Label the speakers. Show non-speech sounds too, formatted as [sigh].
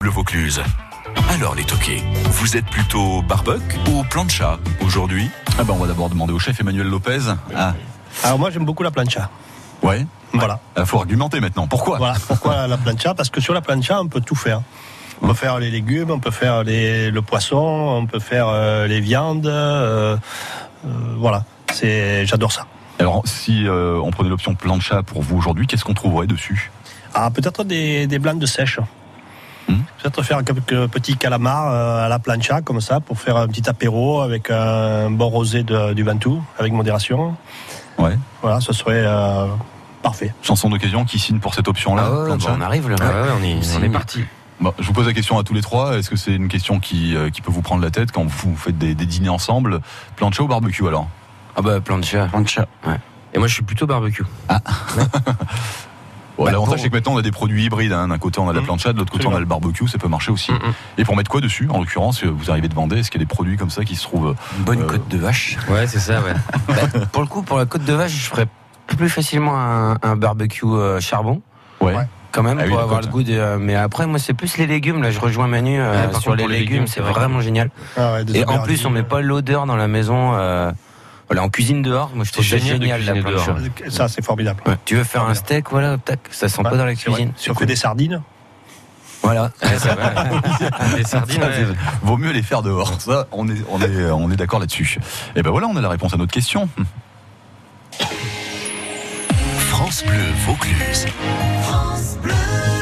Speaker 1: Bleu Vaucluse. Alors les toqués, vous êtes plutôt barbecue ou plancha aujourd'hui Ah ben on va d'abord demander au chef Emmanuel Lopez. Ah
Speaker 2: Alors moi j'aime beaucoup la plancha.
Speaker 1: ouais.
Speaker 2: Voilà.
Speaker 1: Ah, faut argumenter maintenant. Pourquoi
Speaker 2: Voilà pourquoi la plancha parce que sur la plancha on peut tout faire. On peut faire les légumes, on peut faire les- le poisson, on peut faire euh, les viandes. euh, euh, voilà, c'est j'adore ça.
Speaker 1: Alors si euh, on prenait l'option plancha pour vous aujourd'hui, qu'est-ce qu'on trouverait dessus
Speaker 2: Ah peut-être des, des blancs de sèche.
Speaker 3: Hmm.
Speaker 1: Mhm.
Speaker 2: Peut-être faire quelques petits calamars euh, à la plancha comme ça pour faire un petit apéro avec un bon rosé de- du Ventoux avec modération.
Speaker 1: Ouais.
Speaker 2: Voilà, ce serait euh, parfait.
Speaker 1: Chanson d'occasion qui signe pour cette option-là
Speaker 3: Ah ouais,
Speaker 1: plancha
Speaker 3: bah on arrive là. Ah ouais, on, est, on est parti.
Speaker 1: Bon, je vous pose la question à tous les trois. Est-ce que c'est une question qui, euh, qui peut vous prendre la tête quand vous faites des, des dîners ensemble Plancha ou barbecue alors
Speaker 3: Ah bah plancha.
Speaker 4: Plancha.
Speaker 3: Et moi je suis plutôt barbecue.
Speaker 1: Bon,
Speaker 3: Bah,
Speaker 1: L'avantage
Speaker 3: pour-
Speaker 1: c'est que maintenant on a des produits hybrides. hein. D'un côté on a de la
Speaker 2: Mhm.
Speaker 1: plancha, de l'autre côté on a le barbecue, ça peut marcher aussi.
Speaker 3: Mm, mm.
Speaker 1: Et pour mettre quoi dessus En l'occurrence, euh, vous arrivez de Vendée, est-ce qu'il y a des produits comme ça qui se trouvent
Speaker 4: Une bonne
Speaker 1: Euh,
Speaker 4: côte de vache.
Speaker 3: Ouais, c'est ça, ouais. Bah, [laughs] pour le coup, pour la côte de vache, je ferais plus facilement un, un barbecue euh, charbon.
Speaker 1: Ouais.
Speaker 3: Quand même,
Speaker 1: Ah oui,
Speaker 3: pour
Speaker 1: la
Speaker 3: avoir
Speaker 1: côte,
Speaker 3: le goût de. euh, mais après, moi, c'est plus les légumes. Là, je rejoins Manu euh,
Speaker 4: Ouais, par
Speaker 3: sur
Speaker 4: contre,
Speaker 3: les,
Speaker 4: pour les
Speaker 3: légumes,
Speaker 4: légumes,
Speaker 3: c'est
Speaker 4: c'est vrai
Speaker 3: vraiment génial.
Speaker 2: Ah ouais, des
Speaker 3: Et en
Speaker 2: aubergines.
Speaker 3: plus, on met pas l'odeur dans la maison. euh, voilà, on cuisine dehors. Moi, je
Speaker 4: C'est
Speaker 3: trouve ça
Speaker 4: génial de
Speaker 3: génial la
Speaker 4: cuisiner
Speaker 3: plancha.
Speaker 4: dehors.
Speaker 2: ça c'est formidable.
Speaker 3: Tu veux faire un steak, voilà, tac, ça sent pas dans la
Speaker 2: C'est vrai.
Speaker 3: cuisine.
Speaker 2: Si on fait des sardines,
Speaker 3: Voilà.
Speaker 4: Les sardines. ouais.
Speaker 1: [laughs] Vaut mieux les faire dehors. Ça, on est, on est, on est d'accord là-dessus. Et ben voilà, on a la réponse à notre question.
Speaker 5: France Bleu Vaucluse. France Bleu.